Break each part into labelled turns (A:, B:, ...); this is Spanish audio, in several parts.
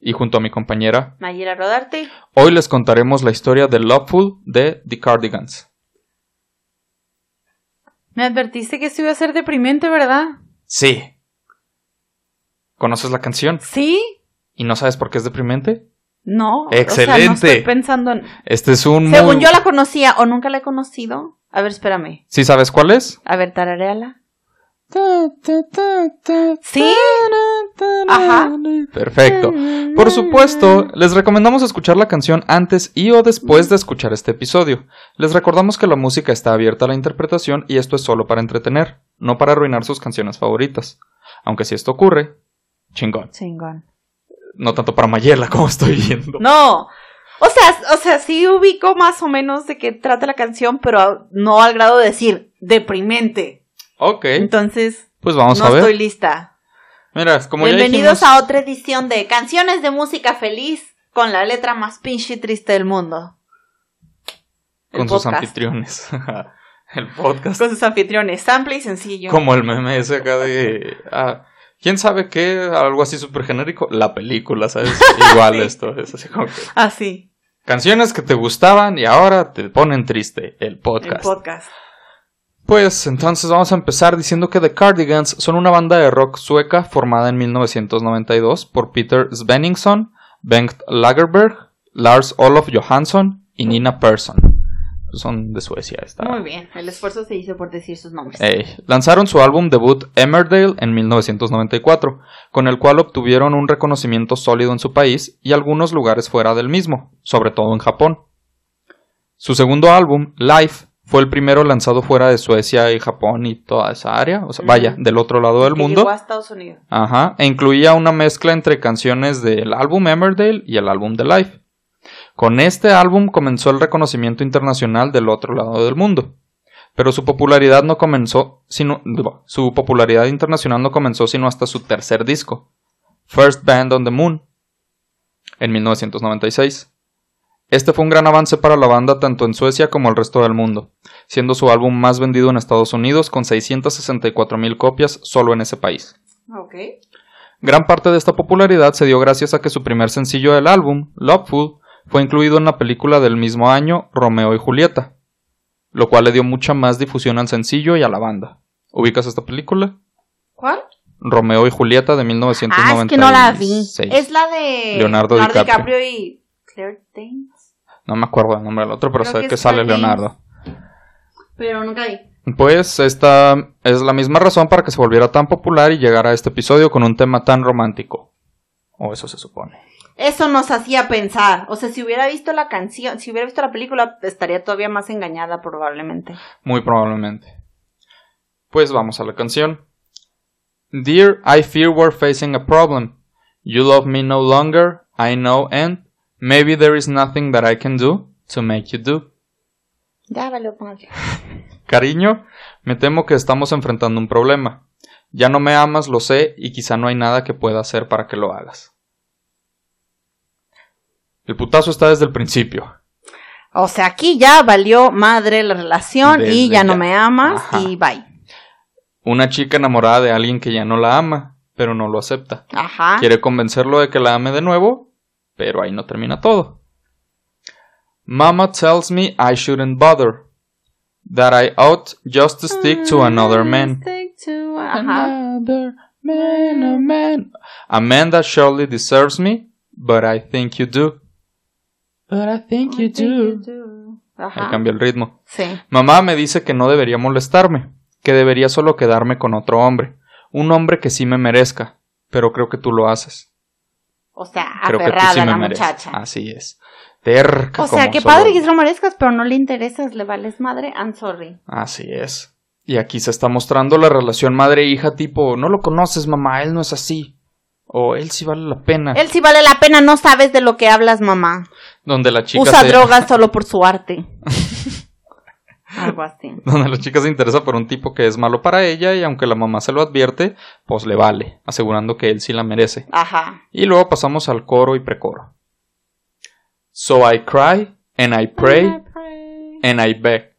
A: y junto a mi compañera,
B: Mayra Rodarte.
A: hoy les contaremos la historia de Loveful de The Cardigans.
B: Me advertiste que esto iba a ser deprimente, ¿verdad?
A: Sí. ¿Conoces la canción?
B: ¿Sí?
A: ¿Y no sabes por qué es deprimente?
B: No. O sea, no
A: Excelente.
B: estoy pensando en...
A: Este es un...
B: Según
A: muy-
B: yo la conocía o nunca la he conocido. A ver, espérame.
A: ¿Sí sabes cuál es?
B: A ver, tarareala. ¿Sí? Ajá.
A: Perfecto.
B: Mm.
A: Por supuesto, les recomendamos escuchar la canción antes y o después de escuchar este episodio. Les recordamos que la música está abierta a la interpretación y esto es solo para entretener, no para arruinar sus canciones favoritas. Aunque si esto ocurre, chingón.
B: Chingón.
A: No tanto para Mayela como estoy viendo.
B: No. O sea, o sea, sí ubico más o menos de qué trata la canción, pero a- no al grado de decir deprimente.
A: Ok,
B: Entonces,
A: pues vamos
B: no
A: a ver.
B: estoy lista.
A: Mira, como ya
B: Bienvenidos
A: dijimos-
B: a otra edición de Canciones de Música Feliz con la letra más pinche y triste del mundo. El
A: con sus
B: podcast.
A: anfitriones. el podcast.
B: Con sus anfitriones, sample y sencillo.
A: Como el meme ese acá de. ah, ¿Quién sabe qué? Algo así súper genérico. La película, ¿sabes? Igual esto. Es así como que-
B: Así,
A: Canciones que te gustaban y ahora te ponen triste. El
B: el
A: podcast.
B: podcast.
A: Pues entonces vamos a empezar diciendo que The Cardigans son una banda de rock sueca formada en 1992 por Peter Svenningsson, Bengt Lagerberg, Lars Olof Johansson y Nina Persson. Son de Suecia esta.
B: Muy bien, el esfuerzo se hizo por decir sus nombres.
A: Ey, Lanzaron su álbum debut Emmerdale en 1994, con el cual obtuvieron un reconocimiento sólido en su país y algunos lugares fuera del mismo, sobre todo en Japón. Su segundo álbum, Life, fue el primero lanzado fuera de Suecia y Japón y toda esa área, o sea,
B: Ujú.
A: vaya, del otro lado del
B: Que
A: mundo.
B: Llegó a Estados Unidos.
A: Ajá, e incluía una mezcla entre canciones del álbum Emmerdale y el álbum The Life. Con este álbum comenzó el reconocimiento internacional del otro lado del mundo. Pero su popularidad no comenzó sino su popularidad internacional no comenzó sino hasta su tercer disco, First Band on the Moon, en 1996. Este fue un gran avance para la banda tanto en Suecia como el resto del mundo, siendo su álbum más vendido en Estados Unidos con 664 mil copias solo en ese país.
B: Ok.
A: Gran parte de esta popularidad se dio gracias a que su primer sencillo del álbum, Loveful, fue incluido en la película del mismo año, Romeo y Julieta, lo cual le dio mucha más difusión al sencillo y a la banda. ¿Ubicas esta película?
B: ¿Cuál?
A: Romeo y Julieta de 1996.
B: Ah, es que no la vi. Es la de
A: Leonardo DiCaprio.
B: DiCaprio y Claire Danes.
A: No me acuerdo el nombre del otro, pero
B: Creo
A: sé
B: que
A: que,
B: es
A: sale
B: Martins.
A: Leonardo.
B: Pero nunca vi.
A: Pues esta es la misma razón para que se volviera tan popular y llegara a este episodio con un tema tan romántico. O eso se supone.
B: Eso nos hacía pensar. O sea, si hubiera visto la canción, si hubiera visto la película, estaría todavía más engañada probablemente.
A: Muy probablemente. Pues vamos a la canción. Dear, I fear we're facing a problem. You love me no longer, I know, and maybe there is nothing that I can do to make you do.
B: Ya valió madre.
A: Cariño, me temo que estamos enfrentando un problema. Ya no me amas, lo sé, y quizá no hay nada que pueda hacer para que lo hagas. El putazo está desde el principio.
B: O sea, aquí ya valió madre la relación y
A: Desde
B: ya no
A: ya.
B: me amas
A: Ajá.
B: y bye.
A: Una chica enamorada de alguien que ya no la ama, pero no lo acepta.
B: Ajá.
A: Quiere convencerlo de que la ame de nuevo, pero ahí no termina todo. Mama tells me I shouldn't bother. That I ought just to stick to another man.
B: Stick to- Ajá.
A: Another man, a man. A man that surely deserves me, but I think you do. But I think you do. Ahí
B: Ajá.
A: cambió el ritmo.
B: Sí.
A: Mamá me dice que no debería molestarme, que debería solo quedarme con otro hombre. Un hombre que sí me merezca, pero creo que tú lo haces.
B: O sea,
A: creo que tú
B: aferrada
A: sí
B: a
A: me
B: la
A: mereces.
B: muchacha.
A: Así es. Terca.
B: O sea,
A: como
B: que
A: solo-
B: padre que se lo merezcas, pero no le interesas, le vales madre, I'm sorry.
A: Así es. Y aquí se está mostrando la relación madre-hija tipo, no lo conoces, mamá, él no es así. O él sí vale la pena.
B: Él sí vale la pena, no sabes de lo que hablas, mamá.
A: Donde la chica
B: Usa
A: se-
B: drogas solo por su arte. Algo así.
A: donde la chica se interesa por un tipo que es malo para ella y aunque la mamá se lo advierte, pues le vale, asegurando que él sí la merece.
B: Ajá.
A: Y luego pasamos al coro y precoro. So I cry, and I pray, and I beg.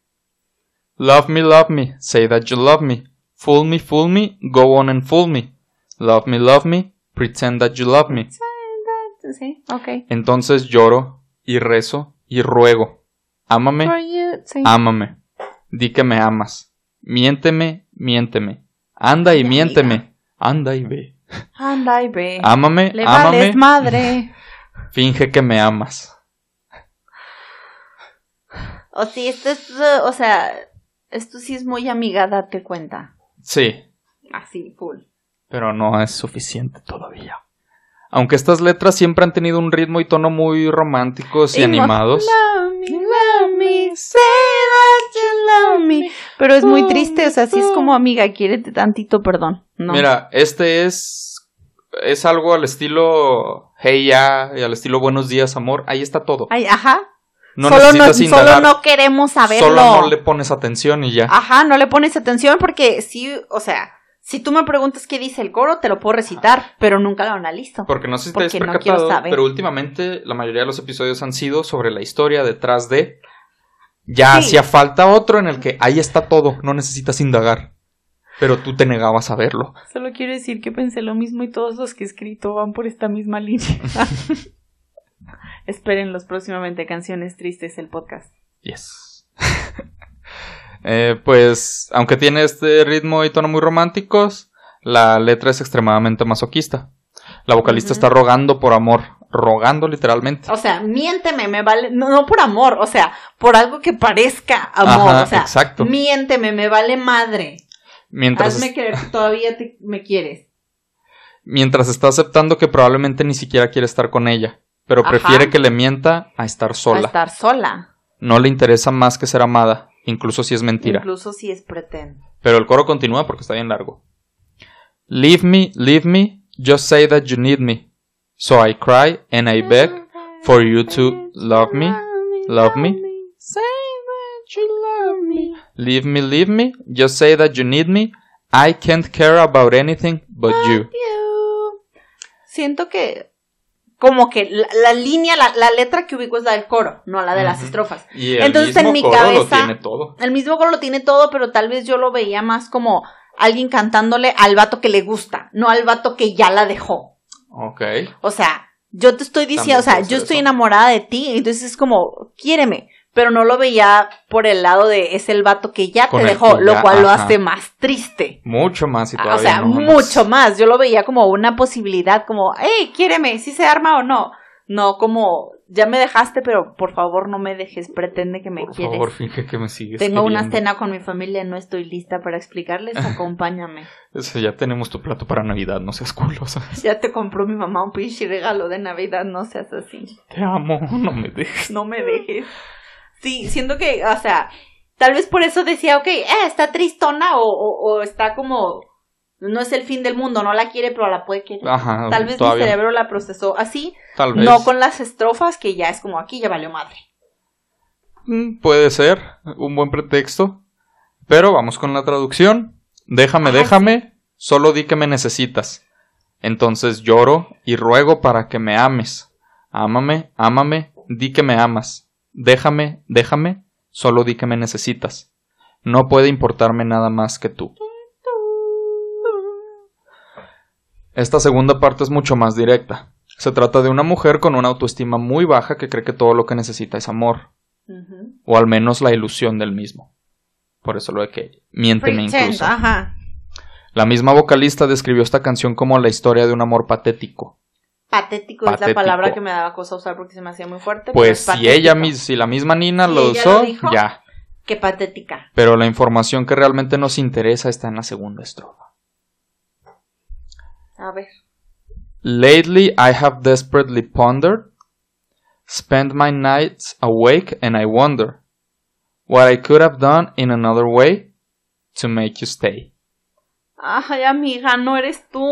A: Love me, love me, say that you love me. Fool me, fool me, go on and fool me. Love me, love me, pretend that you love me.
B: Sí, ok.
A: Entonces lloro y rezo y ruego. Ámame,
B: For you, sí.
A: Ámame. Di que me amas. Miénteme, miénteme. Anda y
B: Ay,
A: miénteme. Anda y ve.
B: Anda y ve.
A: Ámame,
B: Le
A: ámame.
B: vales madre.
A: Finge que me amas.
B: O sí, esto es, eh, o sea, esto sí es muy amiga, date cuenta.
A: Sí,
B: Así, full.
A: pero no es suficiente todavía. Aunque estas letras siempre han tenido un ritmo y tono muy románticos y,
B: Y mo-
A: animados.
B: Love me, love me, say that you love me. Pero es muy triste, o sea, sí es como amiga, quiérete tantito, perdón. No.
A: Mira, este es es algo al estilo Hey ya y al estilo Buenos días amor. Ahí está todo.
B: Ay, ajá.
A: No
B: solo, no,
A: necesitas
B: solo
A: indagar.
B: no Ah, queremos saberlo.
A: solo no le pones atención y ya.
B: Ajá, no le pones atención porque sí, o sea, si tú me preguntas qué dice el coro, te lo puedo recitar, pero nunca lo analizo.
A: Porque no sé si te
B: Porque
A: has
B: no quiero
A: percatado,
B: saber.
A: pero últimamente la mayoría de los episodios han sido sobre la historia detrás de. Ya
B: Sí.
A: hacía falta otro en el que ahí está todo, no necesitas indagar. Pero tú te negabas a verlo.
B: Solo quiero decir que pensé lo mismo y todos los que he escrito van por esta misma línea. Espérenlos próximamente, Canciones Tristes, el podcast.
A: Yes. Eh, pues, aunque tiene este ritmo y tono muy románticos, la letra es extremadamente masoquista. La vocalista
B: Ujú.
A: está rogando por amor, rogando literalmente.
B: O sea, miénteme, me vale, no, no por amor, o sea, por algo que parezca amor,
A: Ajá,
B: o sea,
A: exacto.
B: miénteme, me vale madre.
A: Mientras
B: Hazme creer que todavía te- me quieres.
A: mientras está aceptando que probablemente ni siquiera quiere estar con ella, pero
B: Ajá.
A: prefiere que le mienta a estar
B: A
A: sola.
B: estar sola,
A: No le interesa más que ser amada, incluso si es mentira.
B: incluso si es pretén.
A: Pero el coro continúa porque está bien largo. Leave me, leave me, just say that you need me. So I cry and I beg for you to love me, love me.
B: Say that you love me.
A: Leave me, leave me, just say that you need me. I can't care about anything but you.
B: You. Siento que como que la, la línea, la, la letra que ubico es la del coro, no la de las
A: Ujú.
B: estrofas.
A: Y
B: el Entonces, en mismo mi coro lo cabeza- tiene
A: todo.
B: El mismo coro lo tiene todo, pero tal vez yo lo veía más como alguien cantándole al vato que le gusta, no al vato que ya la dejó.
A: Ok.
B: O sea, yo te estoy diciendo,
A: También
B: o sea,
A: puede ser
B: yo estoy
A: eso.
B: enamorada de ti, entonces es como, quiéreme. Pero no lo veía por el lado de es el vato que ya
A: Con
B: te
A: el
B: dejó,
A: que
B: lo
A: ya,
B: cual lo
A: ajá.
B: hace más triste.
A: Mucho más y
B: Ah,
A: este, todavía
B: O sea,
A: no nos-
B: mucho más. Yo lo veía como una posibilidad, como, hey, quiéreme, si se arma o no. No, como, ya me dejaste, pero por favor no me dejes, pretende que me
A: Por
B: quieres.
A: favor, finge que me sigues.
B: Tengo una
A: queriendo.
B: cena con mi familia, no estoy lista para explicarles, acompáñame.
A: Eso, ya tenemos tu plato para Navidad, no seas culosa.
B: ya te compró mi mamá un pinche regalo de Navidad, no seas así.
A: Te amo, no me dejes.
B: no me dejes. Sí, siento que, o sea, tal vez por eso decía, ok, eh, está tristona o, o- o está como, no es el fin del mundo, no la quiere, pero la puede querer.
A: Ajá,
B: tal vez mi
A: Ah, todavía,
B: cerebro la procesó así,
A: tal vez.
B: no con las estrofas que ya es como aquí, ya valió madre.
A: Mm, Puede ser un buen pretexto. Pero vamos con la traducción. Déjame,
B: Ajá,
A: déjame, solo di que me necesitas. Entonces lloro y ruego para que me ames. Ámame, ámame, di que me amas. Déjame, déjame, solo di que me necesitas. No puede importarme nada más que tú. Esta segunda parte es mucho más directa. Se trata de una mujer con una autoestima muy baja que cree que todo lo que necesita es amor,
B: Ujú.
A: o al menos la ilusión del mismo. Por eso lo de que miénteme
B: Pretend,
A: incluso.
B: ajá.
A: La misma vocalista describió esta canción como la historia de un amor patético.
B: Patético, es
A: Patético.
B: la palabra que me daba cosa usar porque se me hacía muy fuerte. pero
A: Pues
B: es
A: si
B: patético.
A: ella, mis- si la misma Nina
B: Si
A: lo
B: ella
A: usó,
B: lo dijo.
A: ya.
B: Qué patética.
A: Pero la información que realmente nos interesa está en la segunda estrofa.
B: A ver.
A: Lately I have desperately pondered, spent my nights awake, and I wonder what I could have done in another way to make you stay.
B: Ay, amiga, no eres tú.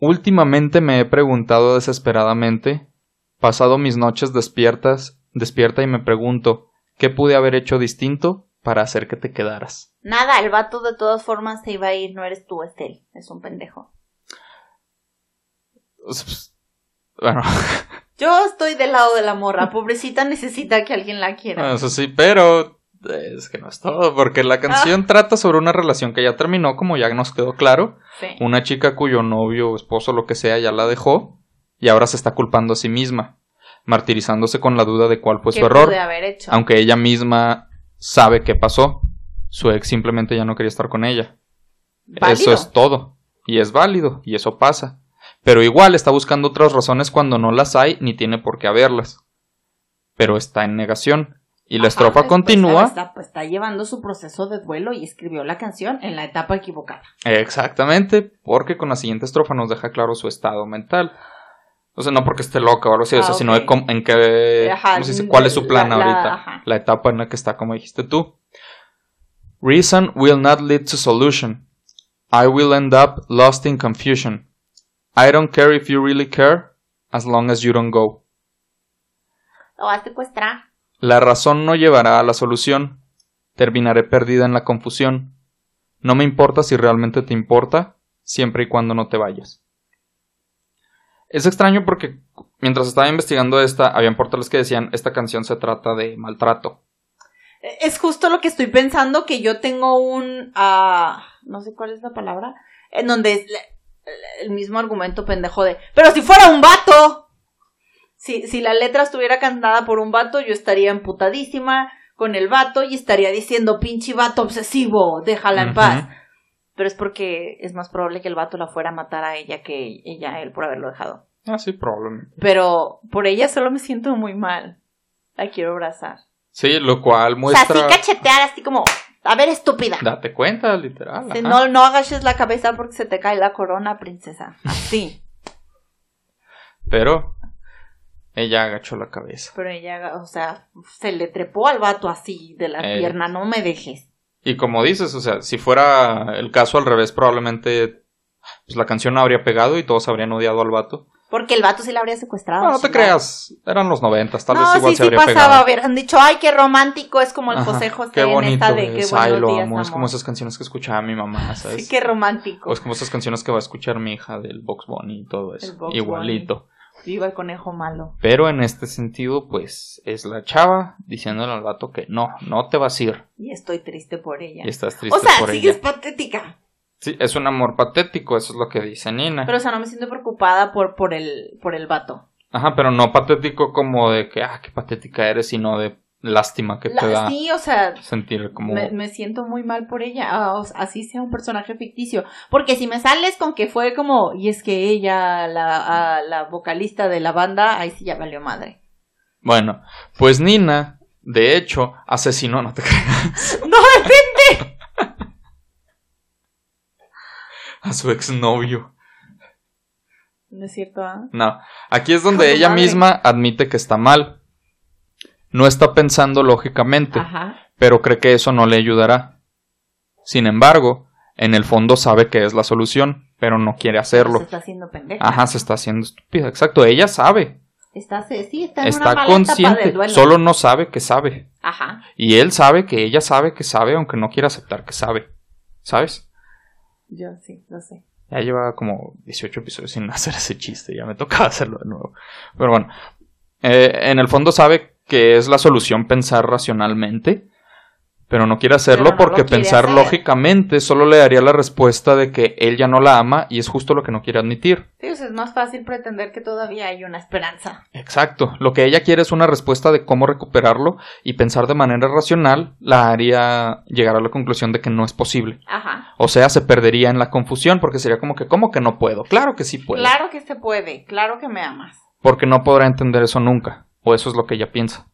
A: Últimamente me he preguntado desesperadamente, pasado mis noches despiertas, despierta y me pregunto, ¿qué pude haber hecho distinto para hacer que te quedaras?
B: Nada, el vato de todas formas se iba a ir, no eres tú, Estel, es un pendejo.
A: Pues, Bueno,
B: Yo estoy del lado de la morra, pobrecita necesita que alguien la quiera.
A: eso sí, pero es que no es todo, porque la canción trata sobre una relación que ya terminó, como ya nos quedó claro,
B: Sí.
A: una chica cuyo novio, esposo, lo que sea, ya la dejó y ahora se está culpando a sí misma, martirizándose con la duda de cuál fue pues
B: ¿Qué
A: su error.
B: pude haber hecho?
A: aunque ella misma sabe qué pasó. Su ex simplemente ya no quería estar con ella. Eso
B: Válido.
A: es todo. Y es válido, y eso pasa. Pero igual está buscando otras razones cuando no las hay ni tiene por qué haberlas. Pero está en negación. Y la
B: Ajá,
A: estrofa
B: pues,
A: continúa.
B: pues, está, pues, está llevando su proceso de duelo y escribió la canción en la etapa equivocada.
A: Exactamente, porque con la siguiente estrofa nos deja claro su estado mental. O sea, no porque esté loca o algo así, o
B: Ah,
A: sea,
B: ok.
A: sino de cómo- en qué,
B: Ajá, mm,
A: ¿cómo se dice? cuál es su
B: la-
A: plan
B: la-
A: ahorita,
B: ajá.
A: la etapa en la que está, como dijiste tú. Reason will not lead to solution. I will end up lost in confusion. I don't care if you really care, as long as you don't go.
B: Lo va a secuestrar.
A: La razón no llevará a la solución. Terminaré perdida en la confusión. No me importa si realmente te importa, siempre y cuando no te vayas. Es extraño porque mientras estaba investigando esta, habían portales que decían esta canción se trata de maltrato.
B: E, Es justo lo que estoy pensando que yo tengo un ah, no sé cuál es la palabra en donde es la- el mismo argumento pendejo de pero si fuera un vato si si la letra estuviera cantada por un vato yo estaría emputadísima con el vato y estaría diciendo pinche vato obsesivo déjala en
A: Ujú.
B: paz pero es porque es más probable que el vato la fuera a matar a ella que ella a él por haberlo dejado
A: Ah, sí, probablemente.
B: pero por ella solo me siento muy mal la quiero abrazar
A: Sí, lo cual
B: o sea,
A: muestra.
B: así cachetear, así como, a ver, estúpida.
A: Date cuenta, literal.
B: Sí,
A: ajá.
B: no, no agaches la cabeza porque se te cae la corona, princesa. Así.
A: Pero ella agachó la cabeza.
B: Pero ella, o sea, se le trepó al vato así de la
A: Eh.
B: pierna, no me dejes.
A: Y como dices, o sea, si fuera el caso al revés, probablemente pues, la canción no habría pegado y todos habrían odiado al vato.
B: Porque el vato Ah, sí la habría secuestrado.
A: No, no te
B: chingada.
A: creas, eran los noventas, tal
B: no,
A: vez igual
B: sí,
A: se
B: sí
A: habría
B: pasaba.
A: pegado.
B: Hubieran dicho, ay, qué romántico, es como el
A: Ajá,
B: José José
A: qué
B: en
A: bonito
B: esta de qué
A: es,
B: buenos
A: ay, lo
B: días,
A: amo, es como
B: amor.
A: esas canciones que escuchaba mi mamá, ¿sabes?
B: Sí, qué romántico.
A: O es como esas canciones que va a escuchar mi hija del Box Bunny y todo eso,
B: El Bugs
A: igualito.
B: Viva el conejo malo.
A: Pero en este sentido, pues, es la chava diciéndole al vato que no, no te vas a ir.
B: Y estoy triste por ella.
A: Y estás triste
B: O sea,
A: por
B: sigues
A: ella.
B: patética.
A: Sí, es un amor patético, eso es lo que dice Nina.
B: Pero, o sea, no me siento preocupada por, por, el, por el vato.
A: Ajá, pero no patético como de que, ah, qué patética eres, sino de lástima que
B: La-
A: te da
B: sí, o sea,
A: sentir como...
B: me, me siento muy mal por ella, ah, o sea, así sea un personaje ficticio. Porque si me sales con que fue como, y es que ella, la, a- la vocalista de la banda, ahí sí ya valió madre.
A: Bueno, pues Nina, de hecho, asesinó, no te creas,
B: ¡No, depende!
A: a su exnovio.
B: No es cierto, ¿ah?
A: No, aquí es
B: Con
A: donde
B: tu
A: ella
B: madre.
A: misma admite que está mal. No está pensando lógicamente,
B: Ajá.
A: pero cree que eso no le ayudará. Sin embargo, en el fondo sabe que es la solución, pero no quiere
B: Se
A: hacerlo.
B: está haciendo pendeja.
A: Ajá, se está haciendo estúpida, exacto, ella sabe,
B: Está, sí, está en una
A: está
B: mala etapa del
A: consciente,
B: duelo.
A: solo no sabe que sabe.
B: Ajá.
A: Y él sabe que ella sabe que sabe, aunque no quiera aceptar que sabe. ¿Sabes?
B: Yo sí, lo sé.
A: Ya lleva como 18 episodios sin hacer ese chiste, ya me tocaba hacerlo de nuevo. Pero bueno, eh, en el fondo sabe que es la solución pensar racionalmente, pero no quiere hacerlo
B: Pero no lo
A: porque
B: quiere
A: pensar
B: hacer.
A: lógicamente solo le daría la respuesta de que él ya no la ama y es justo lo que no quiere admitir.
B: Sí, o sea, es más fácil pretender que todavía hay una esperanza.
A: Exacto. Lo que ella quiere es una respuesta de cómo recuperarlo y pensar de manera racional la haría llegar a la conclusión de que no es posible.
B: Ajá.
A: O sea, se perdería en la confusión porque sería como que, ¿cómo que no puedo? Claro que sí puedo.
B: Claro que se puede, claro que me amas.
A: Porque no podrá entender eso nunca. O eso es lo que ella piensa.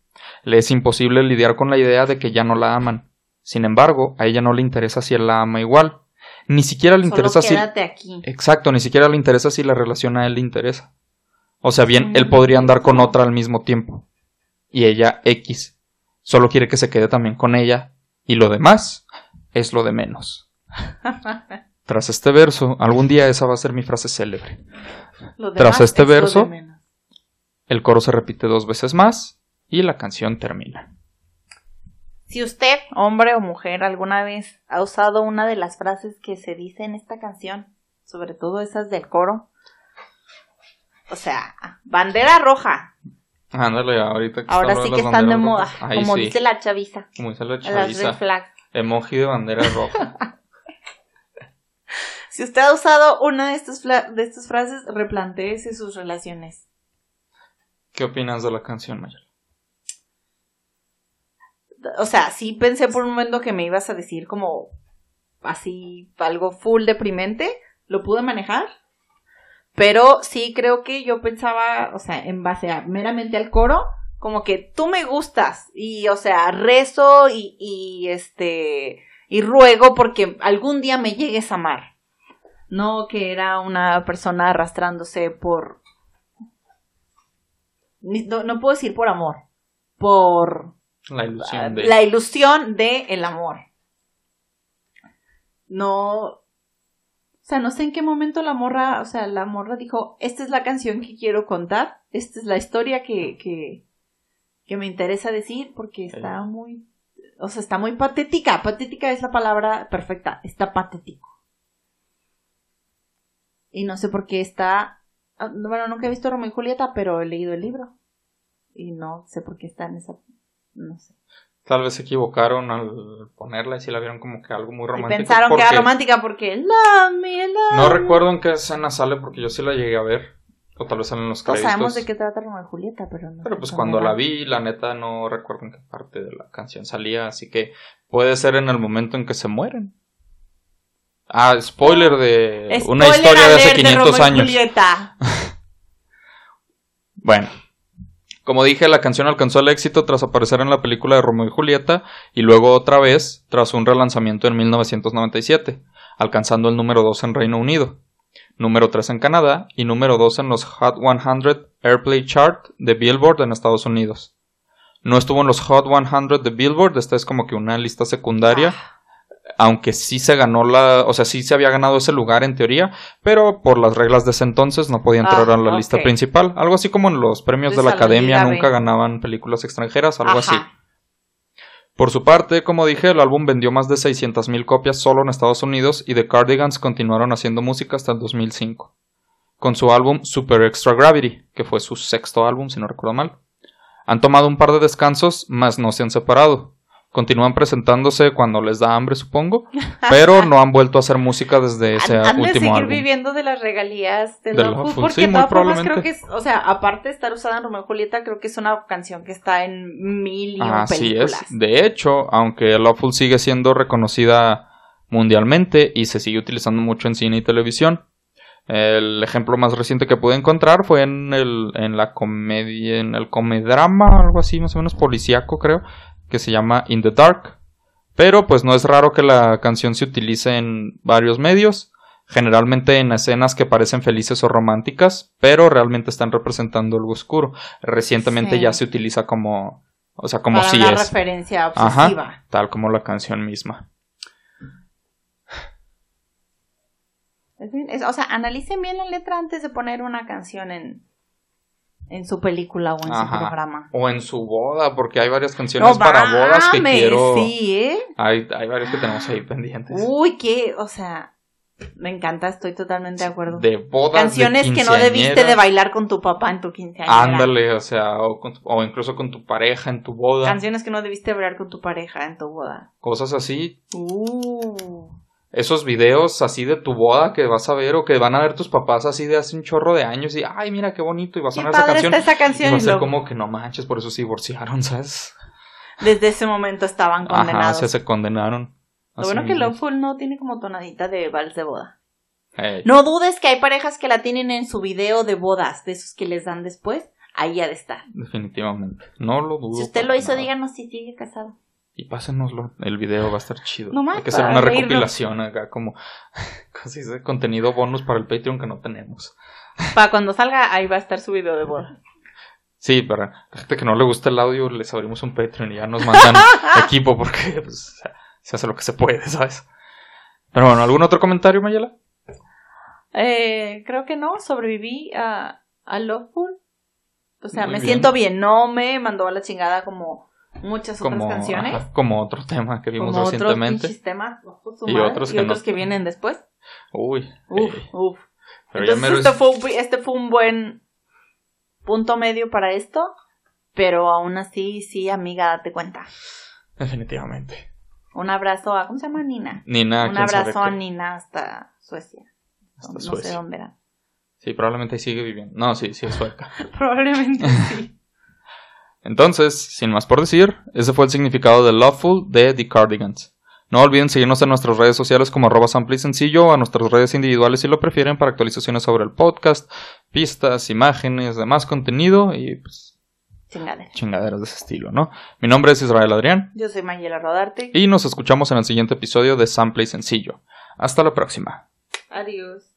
A: Le es imposible lidiar con la idea de que ya no la aman. Sin embargo, a ella no le interesa si él la ama igual. Ni siquiera le interesa
B: Solo
A: si... eh,
B: quédate aquí.
A: Exacto, ni siquiera le interesa si la relación a él le interesa. O sea, bien,
B: Mm.
A: él podría andar con otra al mismo tiempo. Y ella X. Solo quiere que se quede también con ella. Y lo demás es lo de menos. Tras este verso, algún día esa va a ser mi frase célebre.
B: Lo
A: Tras
B: demás
A: este
B: es lo de
A: verso-
B: menos.
A: El coro se repite dos veces más y la canción termina.
B: Si usted, hombre o mujer, alguna vez ha usado una de las frases que se dice en esta canción, sobre todo esas del coro, o sea, bandera roja,
A: Ándale, ahorita que
B: ahora
A: está
B: sí
A: lo
B: que
A: de las
B: están de
A: banderas
B: moda,
A: rojas. Ahí
B: como
A: sí,
B: dice la chaviza,
A: como dice la
B: las red
A: chaviza.
B: flags.
A: Emoji de bandera roja.
B: Si usted ha usado una de estas, fla- de estas frases, replanteese sus relaciones.
A: ¿Qué opinas de la canción, Mayor?
B: O sea, sí pensé por un momento que me ibas a decir como así algo full deprimente, lo pude manejar, pero sí creo que yo pensaba, o sea, en base a, meramente al coro, como que tú me gustas y, o sea, rezo y, y este, y ruego porque algún día me llegues a amar. No que era una persona arrastrándose por... ni- No, no puedo decir por amor, por
A: La ilusión de...
B: Ah, la ilusión de el amor. No, o sea, no sé en qué momento la morra, o sea, la morra dijo, esta es la canción que quiero contar, esta es la historia que, que, que me interesa decir, porque está muy, o sea, está muy patética, patética es la palabra perfecta, está patético. Y no sé por qué está, ah, bueno, nunca he visto Romeo y Julieta, pero he leído el libro. Y no sé por qué está en esa, no sé.
A: Tal vez se equivocaron al ponerla y sí la vieron como que algo muy
B: Y
A: romántico.
B: pensaron que
A: porque
B: era romántica porque love me, love
A: No
B: me.
A: recuerdo en qué escena sale porque yo sí la llegué a ver. O tal vez salen los
B: Todos
A: créditos.
B: sabemos de qué trata Romeo y Julieta, pero no.
A: Pero pues
B: no
A: cuando
B: era.
A: la vi, la neta no recuerdo en qué parte de la canción salía, así que puede ser en el momento en que se mueren. Ah, spoiler de eh, una
B: Spoiler
A: historia de hace
B: alert
A: 500
B: Romeo y
A: años.
B: Julieta.
A: Bueno, como dije, la canción alcanzó el éxito tras aparecer en la película de Romeo y Julieta y luego otra vez tras un relanzamiento en 1997, alcanzando el número 2 en Reino Unido, número 3 en Canadá y número 2 en los Hot 100 Airplay Chart de Billboard en Estados Unidos. No estuvo en los Hot 100 de Billboard, esta es como que una lista secundaria
B: Ah,
A: aunque sí se ganó la, o sea, sí se había ganado ese lugar en teoría, pero por las reglas de ese entonces no podía entrar
B: Ah,
A: a la
B: ok.
A: lista principal. Algo así como en los premios de
B: Entonces,
A: la
B: a la
A: academia
B: Liga B.
A: nunca ganaban películas extranjeras, algo
B: ajá.
A: así. Por su parte, como dije, el álbum vendió más de 600.000 copias solo en Estados Unidos y The Cardigans continuaron haciendo música hasta el 2005, con su álbum Super Extra Gravity, que fue su sexto álbum, si no recuerdo mal. Han tomado un par de descansos, mas no se han separado. Continúan presentándose cuando les da hambre, supongo, pero no han vuelto a hacer música desde ese
B: Han, han de seguir
A: último álbum.
B: viviendo de las regalías de,
A: De
B: Love
A: Love
B: Who,
A: Who,
B: porque
A: sí,
B: de
A: muy
B: todas formas
A: probablemente.
B: creo que es, o sea, aparte de estar usada en Romeo y Julieta, creo que es una canción que está en mil y un
A: Así Ah, es.
B: películas.
A: De hecho, aunque Loveful sigue siendo reconocida mundialmente y se sigue utilizando mucho en cine y televisión, el ejemplo más reciente que pude encontrar fue en el en la comedia, en el comedrama, algo así más o menos policíaco, creo, que se llama In the Dark. Pero pues no es raro que la canción se utilice en varios medios, generalmente en escenas que parecen felices o románticas, pero realmente están representando algo oscuro. Recientemente
B: Sí.
A: ya se utiliza como o sea, como
B: para
A: si
B: una
A: es,
B: referencia obsesiva.
A: tal como la canción misma.
B: Es bien- es- o sea, analicen bien la letra antes de poner una canción en, en su película o en
A: Ajá.
B: su programa.
A: O en su boda, porque hay varias canciones para
B: mames,
A: bodas que quiero.
B: Sí, Uh, ¿eh?
A: Hay, hay varias que tenemos ahí pendientes.
B: Uy, qué, o sea, me encanta, estoy totalmente de acuerdo.
A: De bodas.
B: Canciones
A: de
B: que no debiste de
A: quinceañeras.
B: bailar con tu papá en tu quinceañera.
A: Ándale, o sea, o, con tu- o incluso con tu pareja en tu boda.
B: Canciones que no debiste bailar con tu pareja en tu boda.
A: Cosas así.
B: Uh.
A: Esos videos así de tu boda que vas a ver o que van a ver tus papás así de hace un chorro de años y, ay, mira qué bonito, y va a
B: Qué
A: sonar esa
B: padre
A: canción.
B: está esa
A: Y
B: canción.
A: va a
B: y
A: ser
B: luego,
A: como que no manches, por eso se divorciaron, ¿sabes?
B: Desde ese momento estaban
A: Ajá,
B: condenados.
A: se, se condenaron.
B: Lo
A: Así
B: bueno que
A: mismo.
B: Loveful no tiene como tonadita de vals de boda.
A: Ey.
B: No dudes que hay parejas que la tienen en su video de bodas, de esos que les dan después, ahí ha de estar.
A: Definitivamente. No lo dudo.
B: Si usted lo
A: para
B: hizo,
A: nada.
B: díganos si sigue casado.
A: Y pásenoslo. El video va a estar chido.
B: Nomás
A: Hay que hacer
B: para
A: una
B: reírnos.
A: recopilación acá, como. Casi de contenido bonus para el Patreon que no tenemos.
B: Para cuando salga, ahí va a estar su video de boda.
A: Sí, para la gente que no le gusta el audio, les abrimos un Patreon y ya nos mandan equipo porque pues, se hace lo que se puede, ¿sabes? Pero bueno, ¿algún otro comentario, Mayela?
B: Eh, creo que no, sobreviví a, a Loveful. O sea,
A: Muy
B: me
A: bien.
B: siento bien, no me mandó a la chingada como muchas otras
A: Como,
B: canciones.
A: ajá, como otro tema que vimos
B: como otros
A: recientemente.
B: pinches temas, ojo, su
A: Y
B: madre,
A: otros
B: y
A: que
B: otros
A: no-
B: que vienen después.
A: Uy.
B: Uf,
A: eh,
B: uf.
A: pero ya
B: Entonces
A: mero
B: este,
A: es-
B: fue un, este fue un buen punto medio para esto, pero aún así, sí, amiga, date cuenta.
A: Definitivamente.
B: Un abrazo a, ¿cómo se llama Nina?
A: Nina,
B: un
A: Ah, quién sabe
B: abrazo a
A: qué.
B: Nina hasta Suecia.
A: Hasta
B: no
A: Suecia.
B: sé dónde era.
A: Sí, probablemente ahí sigue viviendo. No, sí, sí es sueca.
B: Probablemente sí.
A: Entonces, sin más por decir, ese fue el significado de Loveful de The Cardigans. No olviden seguirnos en nuestras redes sociales como arroba sample y sencillo, a nuestras redes individuales si lo prefieren para actualizaciones sobre el podcast, pistas, imágenes, demás contenido y pues,
B: Chingale.
A: chingaderas de ese estilo, ¿no? Mi nombre es Israel Adrián
B: Yo soy Mayela Rodarte.
A: y nos escuchamos en el siguiente episodio de Sample y Sencillo. Hasta la próxima.
B: Adiós.